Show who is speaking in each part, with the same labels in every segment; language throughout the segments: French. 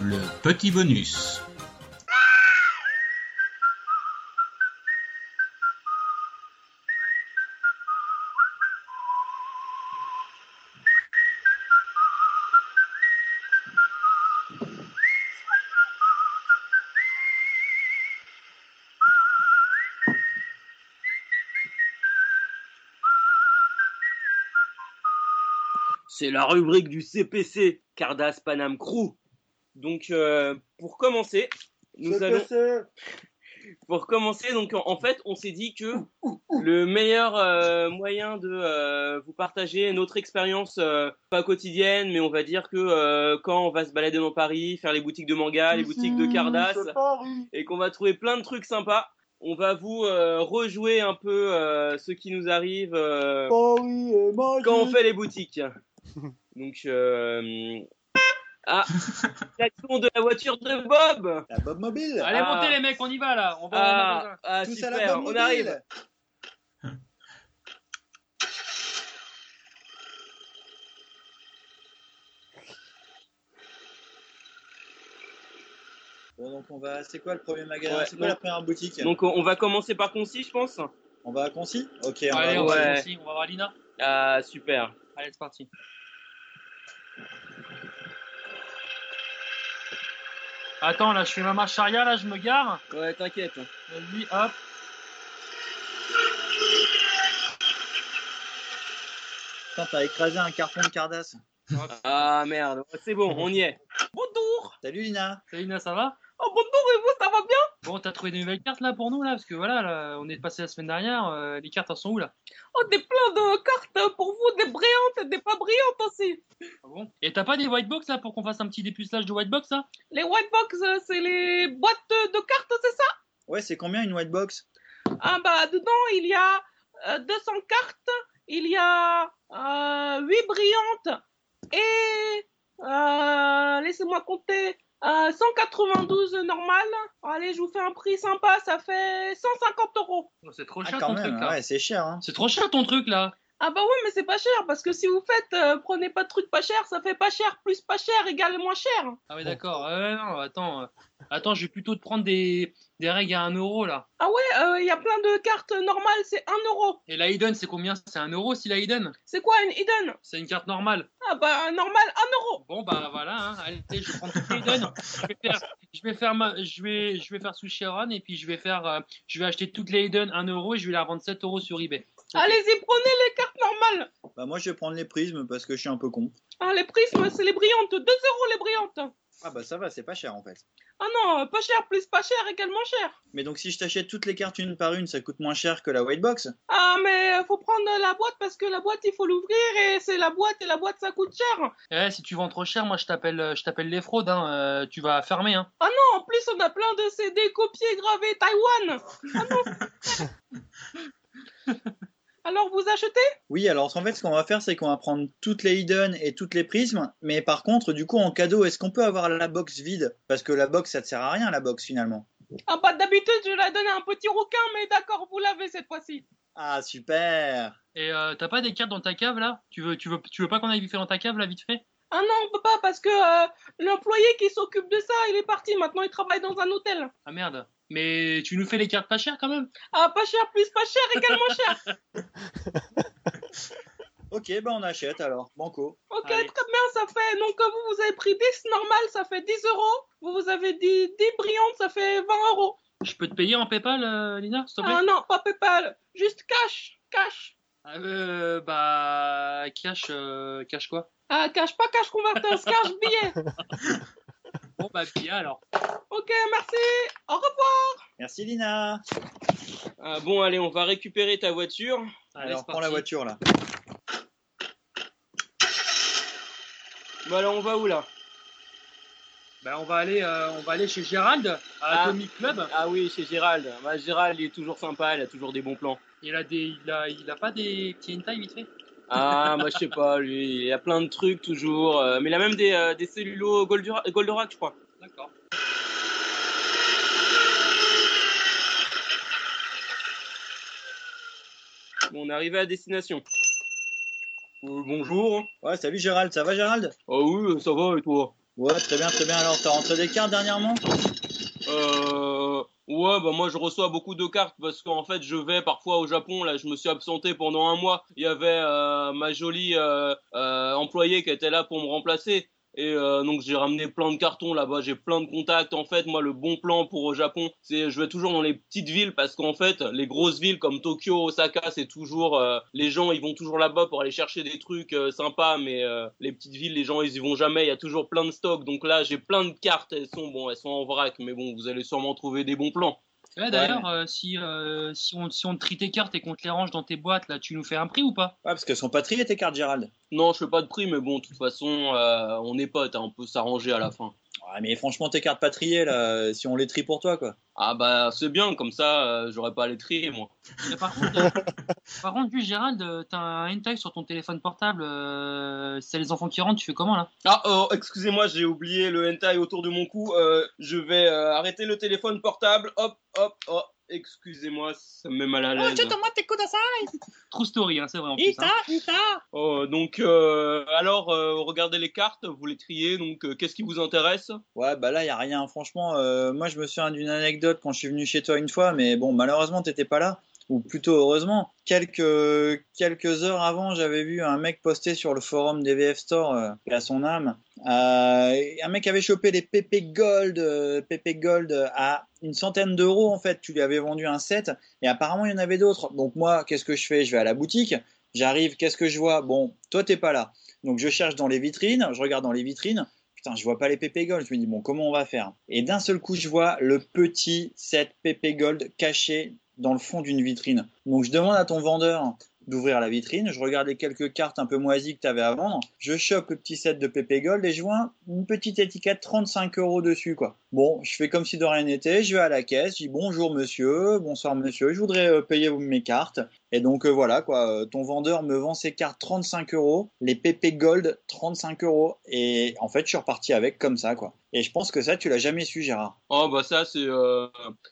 Speaker 1: Le petit bonus.
Speaker 2: c'est la rubrique du CPC, Cardas Panam Crew. Donc, euh, pour commencer, nous allons. Pour commencer, donc en, en fait, on s'est dit que le meilleur euh, moyen de euh, vous partager notre expérience, euh, pas quotidienne, mais on va dire que euh, quand on va se balader dans Paris, faire les boutiques de manga, les boutiques de Cardas, et qu'on va trouver plein de trucs sympas, on va vous euh, rejouer un peu euh, ce qui nous arrive euh, quand on fait les boutiques. Donc, euh, ah, l'action de la voiture de Bob.
Speaker 3: La Bob Mobile
Speaker 4: Allez,
Speaker 2: Ah.
Speaker 4: montez les mecs, on y va là. On va on va-
Speaker 2: Ah, ah,
Speaker 3: Tous à la
Speaker 2: super,
Speaker 3: Bob
Speaker 2: on
Speaker 3: Mobile.
Speaker 2: arrive.
Speaker 3: Bon, Euh, donc on va. C'est quoi le premier magasin
Speaker 2: Ouais,
Speaker 3: C'est quoi
Speaker 2: donc-
Speaker 3: la première boutique
Speaker 2: Donc, on on va commencer par Concis, je pense.
Speaker 3: On va à Concy Ok, on
Speaker 4: Allez,
Speaker 3: va
Speaker 4: on,
Speaker 3: à
Speaker 4: va
Speaker 3: Concy.
Speaker 2: ouais.
Speaker 4: aussi, on va voir Lina.
Speaker 2: Ah, super.
Speaker 4: Allez, c'est parti. Attends, là, je fais ma marche arrière, là, je me gare.
Speaker 2: Ouais, t'inquiète.
Speaker 4: Lui, hop.
Speaker 3: Putain, t'as écrasé un carton de Cardass.
Speaker 2: Ah, merde. C'est bon, on y est. Bonjour.
Speaker 3: Salut Lina
Speaker 4: Salut Lina, ça va
Speaker 2: Oh, bonjour, et vous, ça va bien
Speaker 4: Bon, t'as trouvé des nouvelles cartes là pour nous là Parce que voilà, là, on est passé la semaine dernière. euh, les cartes, elles sont où là
Speaker 2: Oh, des plein de cartes pour vous, des brillantes, des pas brillantes aussi.
Speaker 4: Ah bon Et t'as pas des white box là pour qu'on fasse un petit dépucelage de white box là
Speaker 2: Les white box, euh, c'est les boîtes de cartes, c'est ça
Speaker 3: Ouais, c'est combien une white box
Speaker 2: Ah bah dedans il y a euh, 200 cartes, il y a euh, 8 brillantes et euh, laissez-moi compter euh, 192 normales. Allez, je vous fais un prix sympa, ça fait 150 euros.
Speaker 4: Oh, C'est trop
Speaker 3: Ah,
Speaker 4: cher
Speaker 3: quand
Speaker 4: ton
Speaker 3: même,
Speaker 4: truc là.
Speaker 3: ouais, c'est cher hein.
Speaker 4: C'est trop cher ton truc là.
Speaker 2: Ah bah ouais, mais c'est pas cher parce que si vous faites euh, prenez pas de truc pas cher, ça fait pas cher plus pas cher égale moins cher.
Speaker 4: Ah ouais, d'accord. Ouais, ouais, non, attends. euh, Attends, je vais plutôt te prendre des, des règles à 1 euro là.
Speaker 2: Ah ouais, euh, il y a plein de cartes normales, c'est 1 euro.
Speaker 4: Et la hidden, c'est combien C'est 1 euro si la hidden
Speaker 2: C'est quoi une hidden
Speaker 4: C'est une carte normale.
Speaker 2: Ah bah normal 1 euro.
Speaker 4: Bon bah voilà, hein. allez, je vais prendre toutes les donnes. Je vais faire, je vais faire, ma- je vais, je vais faire Sushi Run et puis je vais faire, euh, je vais acheter toutes les Hayden 1 euro et je vais la revendre 7 euros sur eBay.
Speaker 2: Allez-y, prenez les cartes normales.
Speaker 3: Bah moi je vais prendre les prismes parce que je suis un peu con.
Speaker 2: Ah, les prismes, c'est les brillantes. 2 euros les brillantes.
Speaker 3: Ah bah ça va, c'est pas cher en fait.
Speaker 2: Ah non, euh, pas cher, plus pas cher, également cher.
Speaker 3: Mais donc si je t'achète toutes les cartes une par une, ça coûte moins cher que la white box
Speaker 2: Ah, mais euh, faut prendre la boîte parce que la boîte, il faut l'ouvrir et c'est la boîte et la boîte, ça coûte cher.
Speaker 4: Eh, si tu vends trop cher, moi je t'appelle, euh, je t'appelle les fraudes. Hein. euh, tu vas fermer. Hein.
Speaker 2: Non, en plus, on a plein de CD copiés, gravés, Taïwan. Ah non. Alors, vous achetez
Speaker 3: Oui, alors en fait, ce qu'on va faire, c'est qu'on va prendre toutes les hidden et toutes les prismes, mais par contre, du coup, en cadeau, est-ce qu'on peut avoir la box vide Parce que la box, ça ne sert à rien, la box finalement.
Speaker 2: Ah, bah d'habitude, je la donne à un petit rouquin, mais d'accord, vous l'avez cette fois-ci.
Speaker 3: Ah, super
Speaker 4: Et euh, t'as pas des cartes dans ta cave là Tu veux, tu veux, tu veux pas qu'on aille vite fait dans ta cave là vite fait
Speaker 2: Ah non, on peut pas parce que euh, l'employé qui s'occupe de ça, il est parti. Maintenant, il travaille dans un hôtel.
Speaker 4: Ah merde. Mais tu nous fais les cartes pas chères quand même.
Speaker 2: Ah, pas cher, plus pas cher, également cher.
Speaker 3: Ok, ben on achète alors, banco.
Speaker 2: Ok,
Speaker 4: Allez.
Speaker 2: très bien, ça fait. Donc, euh, vous, vous avez pris 10 normal, ça fait 10 euros. Vous, vous avez dit 10 brillantes, ça fait 20 euros.
Speaker 4: Je peux te payer en PayPal, euh, Lina, s'il te plaît
Speaker 2: Ah non, pas PayPal, juste cash, cash.
Speaker 4: euh, Bah, cash, euh, cash quoi
Speaker 2: Ah, cash, pas cash convertence, cash billet.
Speaker 4: Bon bah bien alors.
Speaker 2: Ok, merci, au revoir.
Speaker 3: Merci Lina
Speaker 2: Ah, bon, allez, on va récupérer ta voiture.
Speaker 4: Allez,
Speaker 3: Alors,
Speaker 4: c'est
Speaker 3: prends la
Speaker 4: parti.
Speaker 3: voiture là.
Speaker 2: Bah, alors, on va où là
Speaker 4: Ben, on va aller, euh, on va aller chez Gérald à
Speaker 2: Ah.
Speaker 4: Atomic Club.
Speaker 2: Ah oui, chez Gérald. Bah, Gérald, il est toujours sympa, il a toujours des bons plans.
Speaker 4: Il a des, il a, il a pas des petits hentai vite fait.
Speaker 2: Ah, moi, je sais pas, lui, il a plein de trucs toujours. euh, mais il a même des, euh, des cellulos Goldura- Goldorak, je crois.
Speaker 4: D'accord.
Speaker 2: Bon, on est arrivé à destination. Euh, bonjour.
Speaker 3: Ouais, salut Gérald, ça va Gérald
Speaker 2: Ah oui, ça va et toi
Speaker 3: Ouais, très bien, très bien. Alors, t'as rentré des cartes dernièrement
Speaker 2: Euh, ouais, bah moi je reçois beaucoup de cartes parce qu'en fait je vais parfois au Japon. Là, je me suis absenté pendant un mois. Il y avait euh, ma jolie euh, euh, employée qui était là pour me remplacer. Et euh, donc j'ai ramené plein de cartons là-bas, j'ai plein de contacts. En fait, moi le bon plan pour au Japon, c'est je vais toujours dans les petites villes parce qu'en fait les grosses villes comme Tokyo, Osaka, c'est toujours euh, les gens ils vont toujours là-bas pour aller chercher des trucs euh, sympas, mais euh, les petites villes les gens ils y vont jamais. Il y a toujours plein de stocks. Donc là j'ai plein de cartes, elles sont bon, elles sont en vrac, mais bon vous allez sûrement trouver des bons plans.
Speaker 4: Ouais, D'ailleurs, euh, si, euh, si, on, si on te trie tes cartes et qu'on te les range dans tes boîtes, là, tu nous fais un prix ou pas
Speaker 3: Ouais, parce que son patrie était carte Gérald.
Speaker 2: Non, je fais pas de prix, mais bon de toute façon euh, on est potes, hein, on peut s'arranger à la fin.
Speaker 3: Ouais, mais franchement, tes cartes patriées, là, si on les trie pour toi, quoi.
Speaker 2: Ah bah c'est bien comme ça, euh, j'aurais pas à les trier moi.
Speaker 4: Mais Par contre, euh, par contre, juste, Gérald, euh, t'as un hentai sur ton téléphone portable. euh, c'est les enfants qui rentrent, tu fais comment là
Speaker 2: Ah, oh, excusez-moi, j'ai oublié le hentai autour de mon cou. Euh, je vais euh, arrêter le téléphone portable. Hop, hop, hop. Excusez-moi, ça me met mal à l'aise.
Speaker 4: True story, hein, c'est vrai. En plus, hein.
Speaker 2: Oh, donc, euh, alors, euh, regardez les cartes, vous les triez. Donc, euh, qu'est-ce qui vous intéresse
Speaker 3: Ouais, bah là, y a rien. Franchement, euh, moi, je me souviens d'une anecdote quand je suis venu chez toi une fois, mais bon, malheureusement, t'étais pas là. Ou plutôt heureusement, quelques, quelques heures avant, j'avais vu un mec poster sur le forum des VF Store, euh, à son âme. Euh, un mec avait chopé les PP Gold, euh, PP Gold à une centaine d'euros en fait. Tu lui avais vendu un set et apparemment il y en avait d'autres. Donc moi, qu'est-ce que je fais Je vais à la boutique, j'arrive, qu'est-ce que je vois Bon, toi t'es pas là. Donc je cherche dans les vitrines, je regarde dans les vitrines putain, je vois pas les PP Gold. Je me dis, bon, comment on va faire Et d'un seul coup, je vois le petit set PP Gold caché dans le fond d'une vitrine. Donc, je demande à ton vendeur d'ouvrir la vitrine. Je regarde les quelques cartes un peu moisies que tu avais à vendre. Je chope le petit set de PP Gold et je vois une petite étiquette 35 euros dessus, quoi. Bon, je fais comme si de rien n'était. Je vais à la caisse. Je dis, bonjour, monsieur. Bonsoir, monsieur. Je voudrais euh, payer mes cartes. Et donc, euh, voilà, quoi. euh, ton vendeur me vend ses cartes 35 euros, les PP Gold 35 euros. Et en fait, je suis reparti avec comme ça, quoi. Et je pense que ça, tu l'as jamais su, Gérard.
Speaker 2: Oh, bah, ça, c'est euh,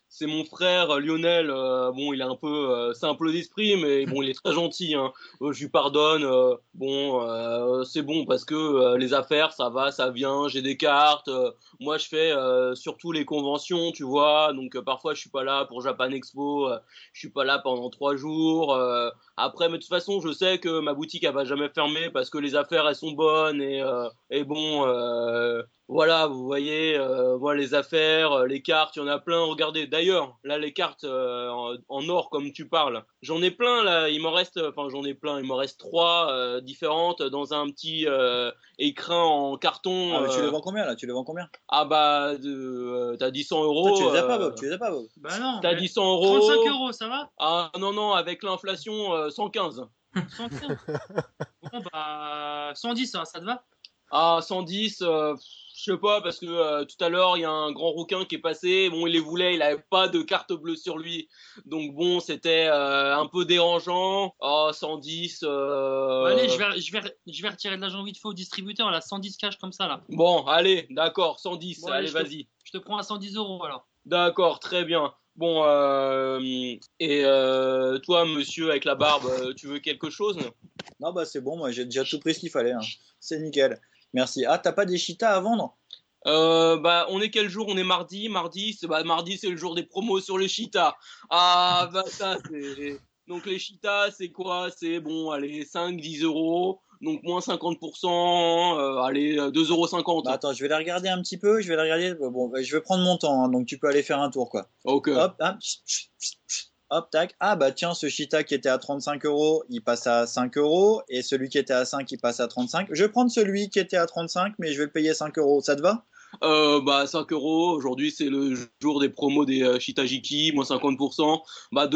Speaker 2: c'est mon frère euh, Lionel. euh, bon, il est un peu euh, simple d'esprit, mais bon, il est très gentil. Hein. Euh, je lui pardonne. euh, bon, euh, c'est bon parce que euh, les affaires, ça va, ça vient. J'ai des cartes. euh, moi, je fais euh, surtout les conventions, tu vois. Donc, euh, parfois, je suis pas là pour Japan Expo. euh, je suis pas là pendant trois jours. euh, après, mais de toute façon, je sais que ma boutique, elle va jamais fermer parce que les affaires, elles sont bonnes et, euh, et bon, euh, voilà, vous voyez, euh, moi, les affaires, euh, les cartes, il y en a plein. Regardez, d'ailleurs, là, les cartes euh, en, en or, comme tu parles, j'en ai plein, là, il m'en reste, enfin, j'en ai plein, il m'en reste trois euh, différentes dans un petit euh, écrin en carton.
Speaker 3: Ah, mais tu
Speaker 2: euh,
Speaker 3: le vends combien, là Tu le vends combien
Speaker 2: ah bah, de- euh, t'as dit 100 euros.
Speaker 3: Toi, Tu les as pas,
Speaker 2: euh,
Speaker 3: Bob. Tu les as pas, Bob.
Speaker 4: Bah non.
Speaker 2: T'as
Speaker 4: mais
Speaker 2: dit 100 euros.
Speaker 4: 35 euros, ça va
Speaker 2: Ah non, non, avec l'inflation, euh, 115.
Speaker 4: 115. bon, bah, 110, ça, ça te va
Speaker 2: Ah, 110, euh, pff, je sais pas, parce que euh, tout à l'heure, il y a un grand requin qui est passé. Bon, il les voulait, il avait pas de carte bleue sur lui. Donc bon, c'était euh, un peu dérangeant. Ah, 110. euh,
Speaker 4: Bah, Allez, je vais, je, vais, je vais retirer de l'argent vite fait au distributeur, là, 110 cash comme ça, là.
Speaker 2: Bon, allez, d'accord, 110,
Speaker 4: Bon, allez,
Speaker 2: allez,
Speaker 4: je te-
Speaker 2: vas-y.
Speaker 4: Je te prends à 110 euros, alors.
Speaker 2: D'accord, très bien. Bon, euh, et euh, toi, monsieur avec la barbe, euh, tu veux quelque chose
Speaker 3: Non, bah c'est bon, moi j'ai déjà tout pris ce qu'il fallait. hein. C'est nickel. Merci. Ah, t'as pas des chitas à vendre
Speaker 2: Euh, bah, on est quel jour On est mardi. Mardi, c'est bah, mardi, c'est le jour des promos sur les Cheetahs. Ah, bah ça, c'est. Donc les Cheetahs, c'est quoi C'est bon, allez, 5-10 euros. Donc moins 50%. euh, allez, 2,50 euros.
Speaker 3: Bah, Attends, je vais la regarder un petit peu. Je vais la regarder. Bon, bah, je vais prendre mon temps, hein, donc tu peux aller faire un tour, quoi.
Speaker 2: Ok.
Speaker 3: Hop, hein, pss, pss, pss, pss. hop, tac. Ah, bah tiens, ce chita qui était à 35 euros, il passe à 5 euros. Et celui qui était à 5, il passe à 35. Je vais prendre celui qui était à 35, mais je vais le payer 5 euros. Ça te va
Speaker 2: Euh, bah 5 euros. Aujourd'hui, c'est le jour des promos des euh, Cheetah Jiki, moins 50%. Bah 2,50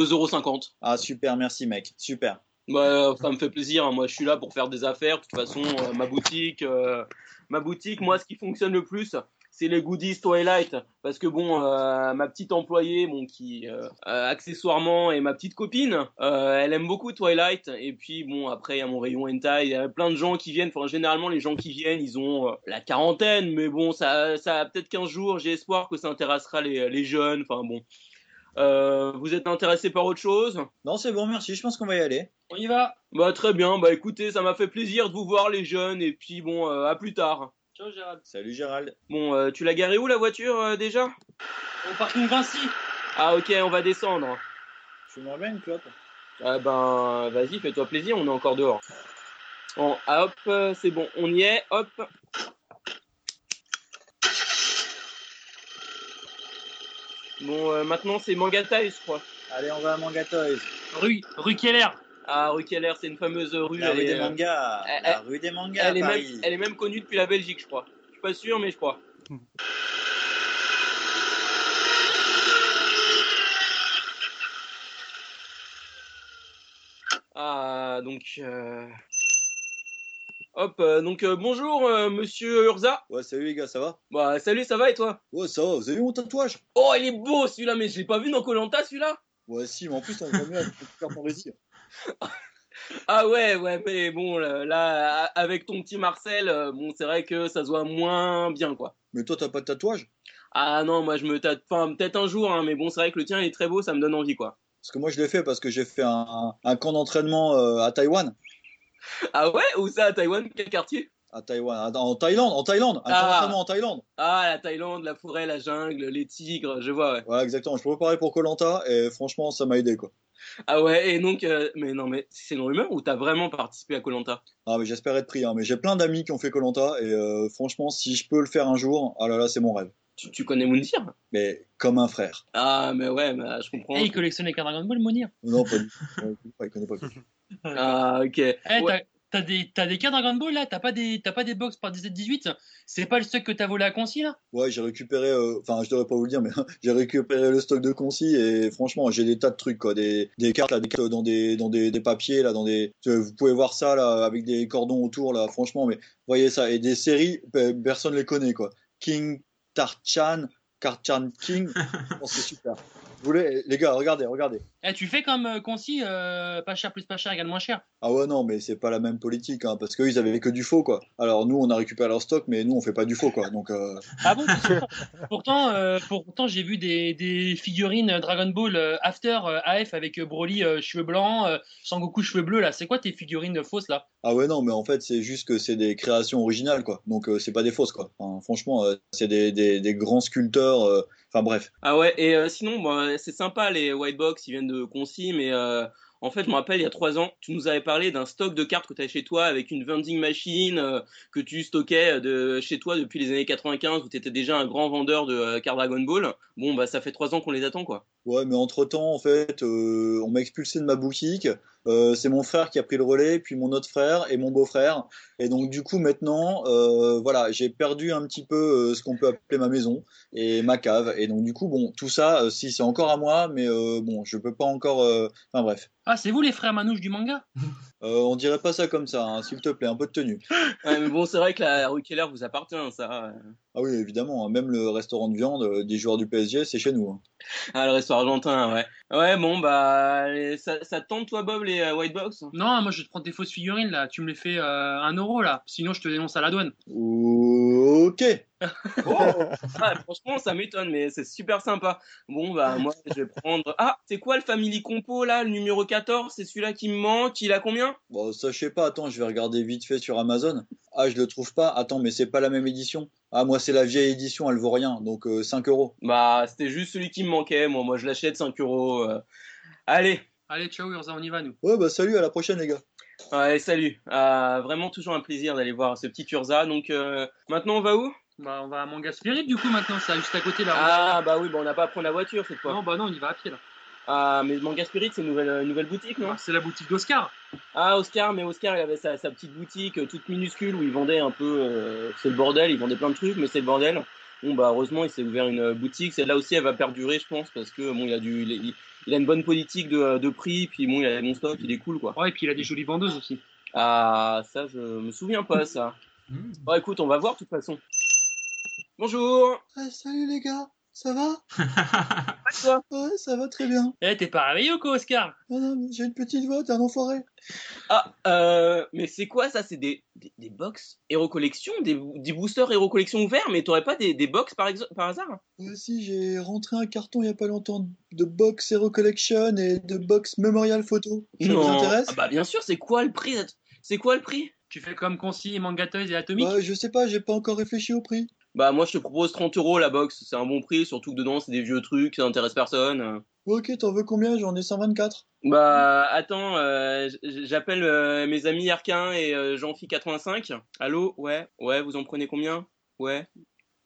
Speaker 2: euros.
Speaker 3: Ah, super, merci, mec. Super.
Speaker 2: Bah, ça me fait plaisir. hein. Moi, je suis là pour faire des affaires. De toute façon, euh, ma boutique, euh, ma boutique, moi, ce qui fonctionne le plus, c'est les goodies Twilight. Parce que bon, euh, ma petite employée, bon, qui euh, euh, accessoirement est ma petite copine, euh, elle aime beaucoup Twilight. Et puis bon, après, il y a mon rayon hentai. Il y a plein de gens qui viennent. Enfin, généralement, les gens qui viennent, ils ont euh, la quarantaine. Mais bon, ça, ça a peut-être 15 jours. J'ai espoir que ça intéressera les, les jeunes. Enfin bon. Euh, vous êtes intéressé par autre chose
Speaker 3: Non, c'est bon, merci. Je pense qu'on va y aller.
Speaker 4: On y va
Speaker 2: bah très bien, bah écoutez, ça m'a fait plaisir de vous voir les jeunes et puis bon, euh, à plus tard.
Speaker 4: Ciao Gérald.
Speaker 3: Salut Gérald.
Speaker 2: Bon, euh, tu l'as garé où la voiture euh, déjà
Speaker 4: Au parking Vinci.
Speaker 2: Ah ok, on va descendre.
Speaker 3: Tu me bien une clope
Speaker 2: Ah ben, vas-y, fais-toi plaisir, on est encore dehors. Bon, ah, hop, euh, c'est bon, on y est, hop. Bon, euh, maintenant c'est Mangataï, je crois.
Speaker 3: Allez, on va à Manga Toys.
Speaker 4: Rue, rue Keller.
Speaker 2: Ah, rue Keller, c'est une fameuse rue.
Speaker 3: La rue
Speaker 2: elle
Speaker 3: des
Speaker 2: est, euh,
Speaker 3: mangas.
Speaker 2: elle-
Speaker 3: La rue des mangas
Speaker 2: elle,
Speaker 3: à
Speaker 2: est
Speaker 3: Paris.
Speaker 2: même, elle est même connue depuis la Belgique, je crois. Je suis pas sûr, mais je crois. Ah, donc. euh, Hop, euh, donc euh, bonjour, euh, monsieur Urza.
Speaker 3: Ouais, salut les gars, ça va
Speaker 2: Bah, salut, ça va et toi
Speaker 3: Ouais, ça va, vous avez vu mon tatouage
Speaker 2: Oh, il est beau celui-là, mais je l'ai pas vu dans Colanta celui-là
Speaker 3: Ouais, si, mais en plus, on va mieux avec faire ton récit.
Speaker 2: Ah ouais, ouais, mais bon, là, là, avec ton petit Marcel, euh, bon, c'est vrai que ça se voit moins bien, quoi.
Speaker 3: Mais toi, t'as pas de tatouage
Speaker 2: Ah non, moi je me tâte, enfin peut-être un jour, hein, mais bon, c'est vrai que le tien il est très beau, ça me donne envie quoi.
Speaker 3: Parce que moi, je l'ai fait parce que j'ai fait un, un camp d'entraînement euh, à Taïwan.
Speaker 2: Ah ouais Où ça, à Taïwan Quel quartier
Speaker 3: À Taïwan, à- en Thaïlande, en Thaïlande, un camp
Speaker 2: Ah.
Speaker 3: d'entraînement en Thaïlande.
Speaker 2: Ah, la Thaïlande, la forêt, la jungle, les tigres, je vois, ouais.
Speaker 3: Ouais, exactement. Je me préparais pour Colanta et franchement, ça m'a aidé quoi.
Speaker 2: Ah ouais, et donc, euh, mais non, mais c'est une rumeur ou t'as vraiment participé à Colanta
Speaker 3: Ah, mais j'espère être pris. Hein. Mais j'ai plein d'amis qui ont fait Colanta et euh, franchement, si je peux le faire un jour, ah là là, c'est mon rêve.
Speaker 2: tu, tu connais Moundir
Speaker 3: Mais comme un frère.
Speaker 2: Ah, mais ouais, bah, je comprends.
Speaker 4: Eh, il collectionne les cartes Dragon Ball, Monir.
Speaker 3: Non, pas du tout. Ouais, il connaît pas. du tout.
Speaker 2: Ah, ok.
Speaker 4: Eh,
Speaker 2: Ouais.
Speaker 4: t'as- t'as des, t'as des cartes Dragon Ball là T'as pas des, t'as pas des box par 17-18 C'est pas le stock que t'as volé à Concy là
Speaker 3: Ouais, j'ai récupéré. euh, Enfin, je devrais pas vous le dire, mais j'ai récupéré le stock de concis et franchement, j'ai des tas de trucs quoi, des, des cartes là, des cartes dans des dans des, des papiers là, dans des. tu vois, Vous pouvez voir ça là avec des cordons autour là. Franchement, mais voyez ça et des séries, pe- personne les connaît quoi. King, Tarchan, Karchan King, Oh, c'est super. Vous voulez, les gars, regardez, regardez.
Speaker 4: Eh, tu fais comme euh, Concy, euh, pas cher plus pas cher, égale moins cher.
Speaker 3: Ah ouais, non, mais c'est pas la même politique, hein, parce qu'eux, ils avaient que du faux, quoi. Alors nous, on a récupéré leur stock, mais nous, on fait pas du faux, quoi. Donc, euh,
Speaker 4: Ah bon Pourtant, euh, pourtant j'ai vu des, des figurines Dragon Ball euh, After euh, AF avec euh, Broly euh, cheveux blancs, euh, Sangoku cheveux bleus là. C'est quoi tes figurines euh, fausses là
Speaker 3: ah ouais, non, mais en fait, c'est juste que c'est des créations originales, quoi. Donc, euh, c'est pas des fausses, quoi. Enfin, franchement, euh, c'est des, des, des grands sculpteurs. euh, Enfin, bref.
Speaker 2: Ah ouais, et euh, sinon, bah, c'est sympa les White Box, ils viennent de Concy, mais euh, en fait, je me rappelle, il y a trois ans, tu nous avais parlé d'un stock de cartes que tu as chez toi avec une vending machine euh, que tu stockais euh, de chez toi depuis les années 95 où tu étais déjà un grand vendeur de euh, cartes Dragon Ball. Bon, bah ça fait trois ans qu'on les attend quoi.
Speaker 3: Ouais, mais entre-temps, en fait, euh, on m'a expulsé de ma boutique. Euh, c'est mon frère qui a pris le relais, puis mon autre frère et mon beau-frère. Et donc, du coup, maintenant, euh, voilà, j'ai perdu un petit peu euh, ce qu'on peut appeler ma maison et ma cave. Et donc, du coup, bon, tout ça, euh, si c'est encore à moi, mais euh, bon, je peux pas encore. euh, Enfin, bref.
Speaker 4: Ah, c'est vous les frères Manouche du manga
Speaker 3: Euh, on dirait pas ça comme ça, hein, s'il te plaît, un peu de tenue.
Speaker 2: Ouais, mais bon, c'est vrai que la rue Keller vous appartient, ça. euh.
Speaker 3: Ah oui, évidemment, hein, même le restaurant de viande euh, des joueurs du PSG, c'est chez nous. hein.
Speaker 2: Ah, le resto argentin, ouais. Ouais, bon, bah les- ça, ça te tente toi, Bob, les euh, White Box
Speaker 4: Non, moi je te prends tes fausses figurines là. Tu me les fais euh, un euro là. Sinon, je te dénonce à la douane.
Speaker 3: Ouh, Ok.
Speaker 2: Ah, franchement, ça m'étonne, mais c'est super sympa. Bon, bah, moi, je vais prendre. Ah, c'est quoi le Family Compo, là, le numéro 14 C'est celui-là qui me manque. Il a combien
Speaker 3: Bon, ça, je sais pas. Attends, je vais regarder vite fait sur Amazon. Ah, je le trouve pas. Attends, mais c'est pas la même édition. Ah, moi, c'est la vieille édition, elle vaut rien. Donc, euh, 5 euros.
Speaker 2: Bah, c'était juste celui qui me manquait. Moi, moi je l'achète 5 euros. euh. Allez,
Speaker 4: Allez, ciao Urza, on y va nous.
Speaker 3: Ouais, bah, salut, à la prochaine, les gars.
Speaker 2: ouais, salut. Ah, vraiment toujours un plaisir d'aller voir ce petit Urza. Donc, euh, maintenant, on va où
Speaker 4: Bah, on va à Manga Spirit du coup maintenant, ça juste à côté là.
Speaker 2: Ah, bah oui, bah, on n'a pas à prendre la voiture cette fois.
Speaker 4: non, bah non, on y va à pied là.
Speaker 2: Ah, mais Manga Spirit, c'est une nouvelle, euh, nouvelle boutique, non
Speaker 4: Ah, c'est la boutique d'Oscar.
Speaker 2: Ah, Oscar, mais Oscar, il avait sa, sa petite boutique euh, toute minuscule où il vendait un peu. euh, c'est le bordel, il vendait plein de trucs, mais c'est le bordel. Bon, bah, heureusement, il s'est ouvert une euh, boutique. Celle-là aussi, elle va perdurer, je pense, parce que bon, il a, du, il, il- il a une bonne politique de, euh, de prix, puis bon, il a des bons stocks, il est cool, quoi.
Speaker 4: Ouais, et puis il a des jolies vendeuses aussi.
Speaker 2: Ah, ça, je me souviens pas, ça. Bon, écoute, on va voir, de toute façon. Bonjour
Speaker 3: Ah, salut, les gars. Ça va
Speaker 2: toi
Speaker 3: Ouais, ça va très bien.
Speaker 4: Eh, t'es pas réveillé ou quoi, Oscar
Speaker 3: Non, non, j'ai une petite voix, t'es un enfoiré.
Speaker 2: Ah, euh, mais c'est quoi ça C'est des, des, des box Hero Collection des, des boosters Hero Collection ouverts, mais t'aurais pas des, des box par, exo- par hasard
Speaker 3: Moi aussi, j'ai rentré un carton il y a pas longtemps de box Hero Collection et de box Memorial Photo. Ça vous intéresse
Speaker 2: bah, Ah bah bien sûr, c'est quoi le prix C'est quoi le prix
Speaker 4: Tu fais comme Concy, Mangatoys et Atomic
Speaker 3: Bah, je sais pas, j'ai pas encore réfléchi au prix.
Speaker 2: Bah, moi, je te propose 30 euros la box. C'est un bon prix, surtout que dedans, c'est des vieux trucs, ça intéresse personne.
Speaker 3: Ok, t'en veux combien J'en ai 124.
Speaker 2: Bah, attends, euh, j- j'appelle euh, mes amis Arquin et euh, Jeanfi85. Allô Ouais Ouais, vous en prenez combien Ouais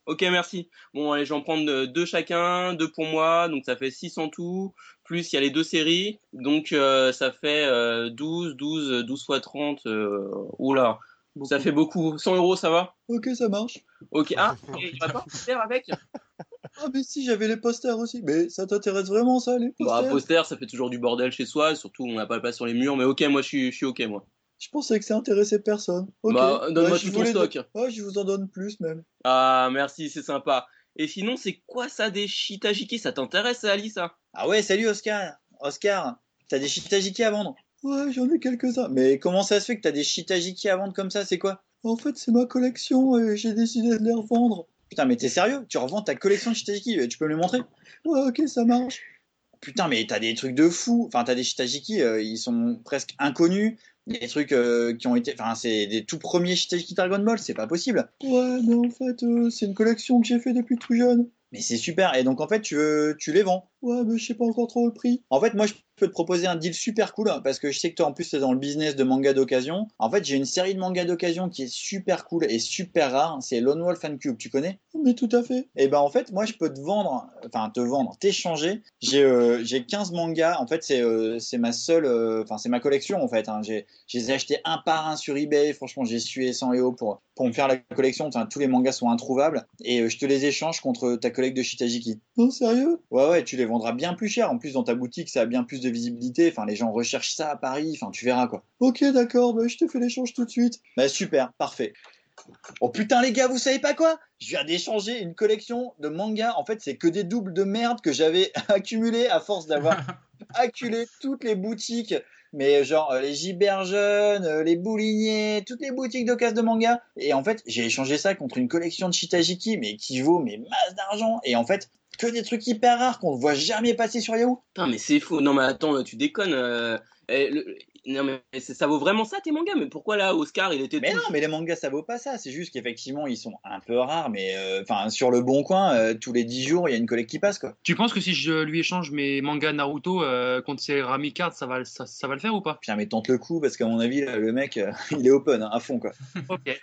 Speaker 2: Ok, merci. Bon, allez, j'en prends euh, deux chacun, deux pour moi, donc ça fait 6 en tout. Plus, il y a les deux séries, donc euh, ça fait euh, 12, 12, euh, 12 fois 30. euh, oula, ça fait beaucoup. 100 euros, ça va
Speaker 3: Ok, ça marche.
Speaker 2: Ok, ah, et il va pas faire avec
Speaker 3: Ah, mais si, j'avais les posters aussi. Mais ça t'intéresse vraiment, ça, les posters
Speaker 2: Bah, poster, ça fait toujours du bordel chez soi, surtout on n'a pas le place sur les murs, mais ok, moi je suis, je suis ok, moi.
Speaker 3: Je pensais que ça intéressait personne. Ok.
Speaker 2: Bah, donne-moi
Speaker 3: Ouais, je
Speaker 2: tout ton
Speaker 3: voulais-
Speaker 2: stock.
Speaker 3: Ouais, je vous en donne plus, même.
Speaker 2: Ah, merci, c'est sympa. Et sinon, c'est quoi ça des shiitajiki Ça t'intéresse, ça, Ali, ça
Speaker 3: Ah ouais, salut Oscar. Oscar, t'as des shiitageki à vendre Ouais, j'en ai quelques-uns. Mais comment ça se fait que t'as des shiitageki à vendre comme ça C'est quoi En fait, c'est ma collection et j'ai décidé de les revendre. Putain, mais t'es sérieux Tu revends ta collection de shiitageki Tu peux me les montrer Ouais, ok, ça marche. Putain, mais t'as des trucs de fou. Enfin, t'as des shiitageki, euh, ils sont presque inconnus. Des trucs euh, qui ont été. Enfin, c'est des tout premiers shiitageki Dragon Ball, c'est pas possible. Ouais, mais en fait, euh, c'est une collection que j'ai fait depuis tout jeune. Mais c'est super. Et donc, en fait, tu, veux- tu les vends. Ouais, mais je sais pas encore trop le prix. En fait, moi, je peux te proposer un deal super cool hein, parce que je sais que toi, en plus, t'es dans le business de manga d'occasion. En fait, j'ai une série de mangas d'occasion qui est super cool et super rare. C'est Lone Wolf and Cube. Tu connais Oh, Mais tout à fait. Et ben, en fait, moi, je peux te vendre, enfin, te vendre, t'échanger. J'ai euh, j'ai 15 mangas. En fait, c'est euh, c'est ma seule, euh, enfin, c'est ma collection, en fait. hein. J'ai je les ai achetés un par un sur eBay. Franchement, j'ai sué 100 euros pour, pour me faire la collection. Enfin, tous les mangas sont introuvables. Et euh, je te les échange contre ta collègue de Shitajiki. Non, sérieux Ouais, ouais, tu les vendras bien plus cher. En plus, dans ta boutique, ça a bien plus de visibilité. Enfin, les gens recherchent ça à Paris. Enfin, tu verras quoi. Ok, d'accord. Bah, je te fais l'échange tout de suite. Bah, super, parfait. Oh putain les gars, vous savez pas quoi Je viens d'échanger une collection de mangas. En fait, c'est que des doubles de merde que j'avais accumulés à force d'avoir acculé toutes les boutiques mais genre euh, les Giberjeunes, euh, les Bouliniers, toutes les boutiques d'occasion de manga. Et en fait, j'ai échangé ça contre une collection de Shitajiki, mais qui vaut mais masse d'argent. Et en fait, que des trucs hyper rares qu'on ne voit jamais passer sur Yahoo.
Speaker 2: Putain, mais c'est faux. Non, mais attends, tu déconnes. euh, eh, le- Non, mais c'est- ça vaut vraiment ça, tes mangas Mais pourquoi là, Oscar, il était
Speaker 3: Mais
Speaker 2: tout.
Speaker 3: non, mais les mangas ça vaut pas ça. C'est juste qu'effectivement ils sont un peu rares, mais euh, enfin sur le Bon Coin, euh, tous les 10 jours il y a une collecte qui passe quoi.
Speaker 4: Tu penses que si je lui échange mes mangas Naruto euh, contre ses Rami Cards, ça va, ça, ça va le faire ou pas
Speaker 3: Putain mais tente le coup parce qu'à mon avis là, le mec euh, il est open hein, à fond quoi.
Speaker 4: Ok.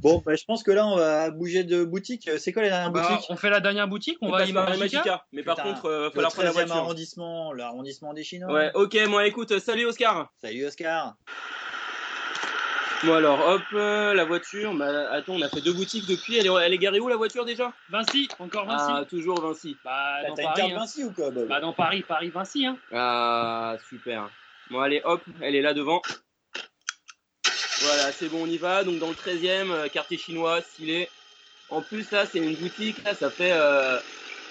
Speaker 3: Bon, bah, je pense que là on va bouger de boutique. C'est quoi la dernière
Speaker 4: Bah,
Speaker 3: boutique
Speaker 4: on fait la dernière boutique, on,
Speaker 2: On
Speaker 4: va
Speaker 2: passe
Speaker 4: y
Speaker 2: par les
Speaker 4: Magica.
Speaker 2: Magica. Mais par
Speaker 3: Putain,
Speaker 2: contre, euh,
Speaker 3: Le
Speaker 2: falloir prendre la
Speaker 3: 13e
Speaker 2: voiture.
Speaker 3: arrondissement, l'arrondissement des Chinois.
Speaker 2: Ouais, ok, moi écoute, euh, salut Oscar.
Speaker 3: Salut Oscar.
Speaker 2: Bon alors, hop, euh, la voiture. Bah, attends, on a fait deux boutiques depuis. Elle est, elle est garée où la voiture déjà
Speaker 4: Vinci, encore Vinci.
Speaker 2: Ah, toujours Vinci.
Speaker 4: bah,
Speaker 3: T'as
Speaker 4: dans
Speaker 3: t'as une
Speaker 4: Paris,
Speaker 3: carte
Speaker 4: hein.
Speaker 3: Vinci ou quoi, Bob
Speaker 4: bah, dans Paris, Paris, Vinci. Hein.
Speaker 2: Ah, super. Bon, allez, hop, elle est là devant. Voilà, c'est bon, on y va. Donc, dans le 13 e quartier chinois, stylé. En plus, là, c'est une boutique. Là, ça fait euh,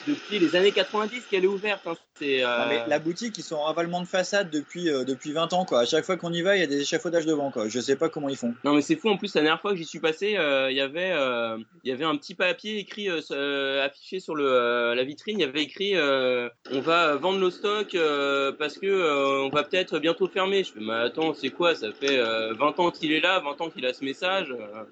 Speaker 2: depuis les années 90 qu'elle est ouverte. hein. C'est. euh,
Speaker 3: Non, mais la boutique, ils sont en ravalement de façade depuis, euh, depuis 20 ans. Quoi. À chaque fois qu'on y va, il y a des échafaudages devant. Quoi. Je sais pas comment ils font.
Speaker 2: Non, mais c'est fou. En plus, la dernière fois que j'y suis passé, euh, il y avait, euh, il y avait un petit papier écrit, euh, sur- euh, affiché sur le, euh, la vitrine. Il y avait écrit euh, On va vendre nos stocks euh, parce que euh, on va peut-être bientôt fermer. Je fais Mais attends, c'est quoi Ça fait euh, 20 ans qu'il est là, 20 ans qu'il a ce message. euh,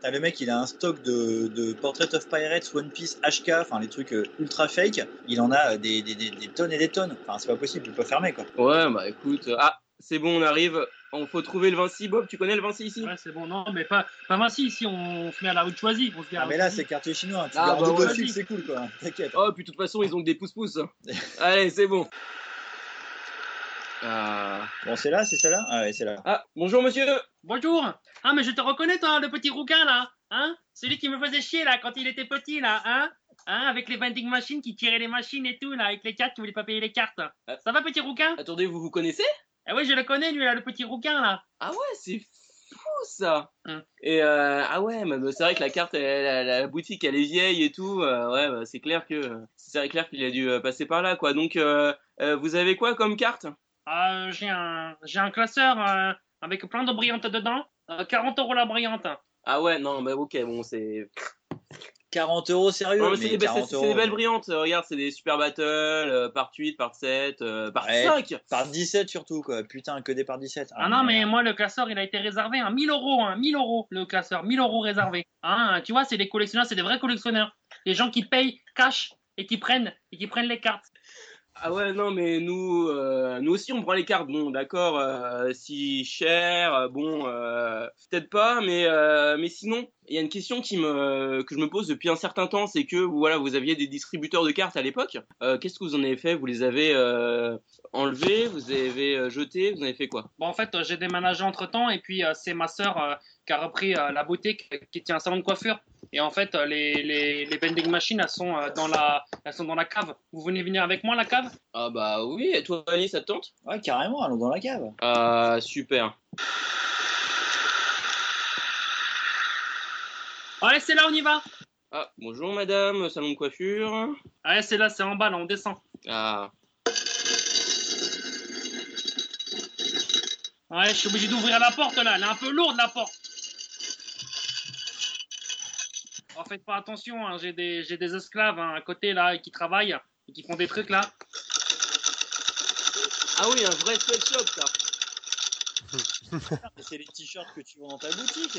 Speaker 3: T'as le mec, il a un stock de, de Portrait of Pirates, One Piece, HK, enfin les trucs euh, ultra fake. Il en a euh, des, des, des, des tonnes et des tonnes. Enfin, c'est pas possible, il peut fermer. Quoi.
Speaker 2: Ouais, bah écoute. euh, Ah, c'est bon, on arrive. On faut trouver le Vinci. Bob, tu connais le Vinci ici
Speaker 4: Ouais, c'est bon, non, mais pas, pas Vinci. Ici, on se met à la rue de Choisy. On se met à
Speaker 3: Ah,
Speaker 4: la
Speaker 3: mais
Speaker 4: rue
Speaker 3: là,
Speaker 4: de
Speaker 3: c'est
Speaker 4: Choisy.
Speaker 3: quartier chinois. hein. Tu
Speaker 2: Ah,
Speaker 3: gardes
Speaker 2: bah
Speaker 3: le
Speaker 2: ouais.
Speaker 3: gossip, c'est cool. quoi. T'inquiète.
Speaker 2: Oh, puis de toute façon, ils ont que des pouces-pouces. Allez, c'est bon. Ah.
Speaker 3: Bon, c'est là, c'est celle-là Ah, ouais, c'est là.
Speaker 2: ah, bonjour monsieur.
Speaker 4: Bonjour. Ah, mais je te reconnais, toi, le petit rouquin, là. Hein Celui qui me faisait chier, là, quand il était petit, là. Hein Hein Avec les vending machines qui tiraient les machines et tout, là. Avec les cartes qui voulaient pas payer les cartes.
Speaker 3: Euh.
Speaker 4: Ça va, petit rouquin
Speaker 2: Attendez, vous vous connaissez
Speaker 4: Ah oui, je le connais, lui, là, le petit rouquin, là.
Speaker 2: Ah ouais, c'est fou ça.
Speaker 3: Hein.
Speaker 4: Hum.
Speaker 2: Et euh, ah ouais, mais bah, c'est vrai que la carte, elle- la, la boutique, elle est vieille et tout. euh, ouais, bah, c'est clair que c'est vrai clair qu'il a dû euh, passer par là, quoi. Donc, euh, euh, vous avez quoi comme carte
Speaker 4: Ah, j'ai un, j'ai un classeur euh, avec plein de brillantes dedans. Euh, 40 euros la brillante.
Speaker 2: Ah ouais, non, bah ok, bon, c'est
Speaker 3: 40 euros sérieux.
Speaker 2: Non, mais c'est
Speaker 3: Euh, mais
Speaker 2: des, belles-
Speaker 3: 40
Speaker 2: c'est- c'est des belles
Speaker 3: euros,
Speaker 2: brillantes. euh, Regarde, c'est des super battles euh, par 8, par 7, euh, par
Speaker 3: Ouais.
Speaker 2: 5.
Speaker 3: Par 17 surtout, quoi. Putain, que des par 17.
Speaker 4: Ah non, mais moi, le classeur, il a été réservé à 1000 euros, hein, 1000 euros, le classeur, 1000 euros réservé. Hein, tu vois, c'est des collectionneurs, c'est des vrais collectionneurs. Les gens qui payent cash et qui prennent, et qui prennent les cartes.
Speaker 2: Ah ouais, non, mais nous, euh, nous aussi, on prend les cartes. Bon, d'accord, euh, si cher, euh, bon, euh, peut-être pas, mais, euh, mais sinon, il y a une question qui me, que je me pose depuis un certain temps, c'est que voilà, vous aviez des distributeurs de cartes à l'époque. Euh, Qu'est-ce que vous en avez fait Vous les avez euh, enlevés, vous les avez euh, jetés, vous en avez fait quoi
Speaker 4: Bon, en fait, euh, j'ai déménagé entre temps, et puis euh, c'est ma sœur euh, qui a repris euh, la boutique, euh, qui tient un salon de coiffure. Et en fait, euh, les, les, les vending machines, elles sont, euh, dans la, elles sont dans la cave. Vous venez venir avec moi à la cave
Speaker 2: Ah bah oui, et toi, Annie, ça te tente
Speaker 3: Ouais, carrément, allons dans la cave.
Speaker 2: Ah, super.
Speaker 4: Ouais, c'est là, on y va
Speaker 2: Ah, bonjour madame, salon de coiffure.
Speaker 4: Ouais, c'est là, c'est en bas, là, on descend.
Speaker 2: Ah,
Speaker 4: Ouais, je suis obligé d'ouvrir la porte là, elle est un peu lourde la porte. En Oh, faites pas attention, hein, j'ai des, j'ai des esclaves hein, à côté là qui travaillent et qui font des trucs là.
Speaker 2: ah oui, un vrai sweatshop, ça.
Speaker 3: C'est les t-shirts que tu vends dans ta boutique.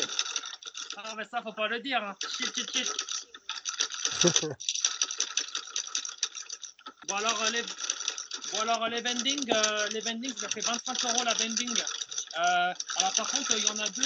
Speaker 4: Ah mais ça faut pas le dire. Hein. Chut, chut, chut. bon alors euh, les, bon alors euh, les vending, euh, les vending, ça fait 25 euros la vending. Euh, alors par contre il y en a deux,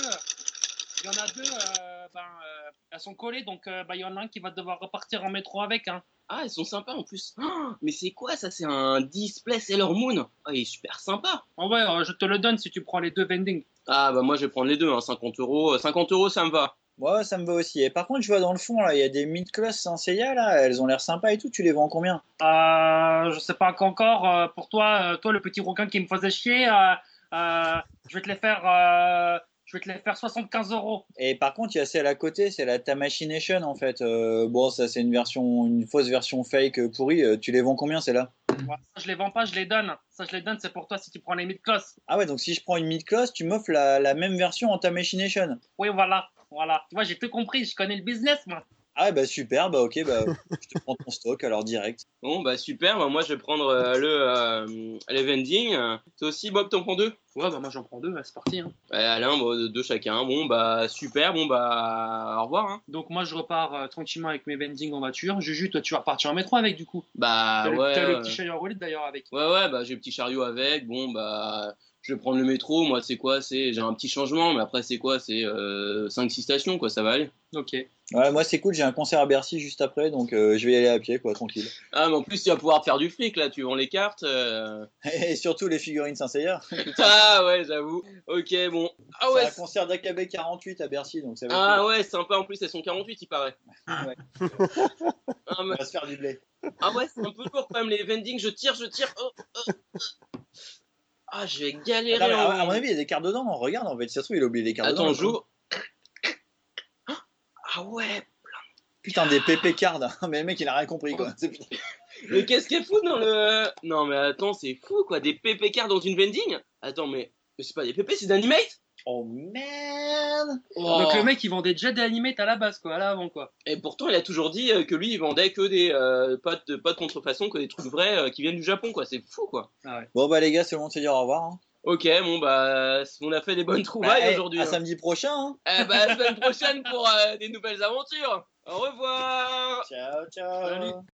Speaker 4: il y en a deux, euh, ben euh, elles sont collées donc euh, ben, il y en a un qui va devoir repartir en métro avec. Hein.
Speaker 2: Ah, elles sont sympas en plus. Ah, mais c'est quoi ça C'est un display Sailor Moon. Ah, il est super sympa.
Speaker 4: Ah ouais, euh, je te le donne si tu prends les deux vending.
Speaker 2: Ah, bah moi je vais prendre les deux, hein, 50 euros. Euh, 50 euros, ça me va.
Speaker 3: Moi, ça me va aussi. Et par contre, je vois dans le fond, là, il y a des mid-class sans Seiya, là. Elles ont l'air sympas et tout. Tu les vends combien
Speaker 4: Euh, je sais pas encore, euh, pour toi, euh, toi le petit rouquin qui me faisait chier, euh, euh, je vais te les faire, euh, je vais te les faire 75 euros.
Speaker 3: Et par contre, il y a celle à côté, c'est la Tamashination, en fait. Euh, bon, ça, c'est une version, une fausse version fake euh, pourrie. Euh, tu les vends combien, celle-là
Speaker 4: Moi, ça, je les vends pas, je les donne. Ça, je les donne, c'est pour toi si tu prends les mid-class.
Speaker 3: Ah ouais, donc si je prends une mid-class, tu m'offres la, la même version en Tamashination.
Speaker 4: Oui, voilà, voilà. Tu vois, j'ai tout compris, je connais le business, moi.
Speaker 3: Ah bah super, bah ok, bah je te prends ton stock alors direct.
Speaker 2: Bon, bah super, bah moi je vais prendre euh, le, euh, les vending. Toi aussi, Bob, t'en prends deux
Speaker 4: Ouais, bah moi, j'en prends deux, c'est parti.
Speaker 2: Ouais, Alain, bah, deux chacun. Bon, bah super, bon, bah au revoir. hein.
Speaker 4: Donc, moi, je repars euh, tranquillement avec mes vending en voiture. Juju, toi, tu vas repartir en métro avec, du coup.
Speaker 2: Bah
Speaker 4: T'as le-
Speaker 2: ouais.
Speaker 4: T'as le
Speaker 2: euh,
Speaker 4: petit Shire Wallet, d'ailleurs, avec.
Speaker 2: Ouais, ouais, bah j'ai le petit chariot avec. Bon, bah je vais prendre le métro. Moi, c'est quoi C'est J'ai un petit changement, mais après, c'est quoi C'est 5-6 stations, quoi, ça va aller.
Speaker 4: Ok.
Speaker 3: Voilà, moi c'est cool, j'ai un concert à Bercy juste après, donc euh, je vais y aller à pied, quoi, tranquille.
Speaker 2: Ah, mais en plus, tu vas pouvoir faire du fric là, tu vends les cartes. euh.
Speaker 3: Et surtout les figurines Saint-Seiya.
Speaker 2: Ah, ouais, j'avoue. Ok, bon. Ah,
Speaker 3: C'est
Speaker 2: ouais,
Speaker 3: un concert d'AKB 48 à Bercy, donc ça va être
Speaker 2: ah, ouais, sympa. En plus, elles sont 48, il paraît.
Speaker 3: Ouais.
Speaker 2: Ah,
Speaker 3: cool.
Speaker 2: mais-
Speaker 3: On va se faire du blé.
Speaker 2: ah ouais, c'est un peu lourd quand même, les vending. Je tire, je tire. Oh, oh, oh. Ah, je vais galérer.
Speaker 3: Attends, mais
Speaker 2: en-
Speaker 3: à, à mon avis, il y a des cartes dedans, on regarde en fait, ça se trouve, il a hein. oublié les cartes dedans.
Speaker 2: Attends,
Speaker 3: le con.
Speaker 2: joue. Ah ouais.
Speaker 3: Putain, des PP cards, hein. mais le mec il a rien compris quoi. C'est-
Speaker 2: Mais qu'est-ce qui est fou dans le. Non, mais attends, c'est fou quoi. Des PP cards dans une vending Attends, mais. mais C'est pas des PP, c'est d'animate
Speaker 3: Oh merde
Speaker 4: Donc,
Speaker 2: Oh.
Speaker 4: le mec, il vend des jets d'animate à la base, quoi, à l'avant, quoi.
Speaker 2: Et pourtant, il a toujours dit euh, que lui, il vendait que des euh, pas, de, pas de contrefaçon, que des trucs vrais euh, qui viennent du Japon, quoi. C'est fou, quoi.
Speaker 3: Bon bah les gars, c'est le moment de se dire au revoir. Hein.
Speaker 2: Ok, bon bah, on a fait des bonnes
Speaker 3: Bah,
Speaker 2: trouvailles
Speaker 3: eh,
Speaker 2: aujourd'hui.
Speaker 3: À
Speaker 2: hein.
Speaker 3: samedi prochain. hein.
Speaker 2: Eh bah, à la semaine prochaine pour euh, des nouvelles aventures. Au revoir.
Speaker 3: Ciao, ciao.
Speaker 2: Salut.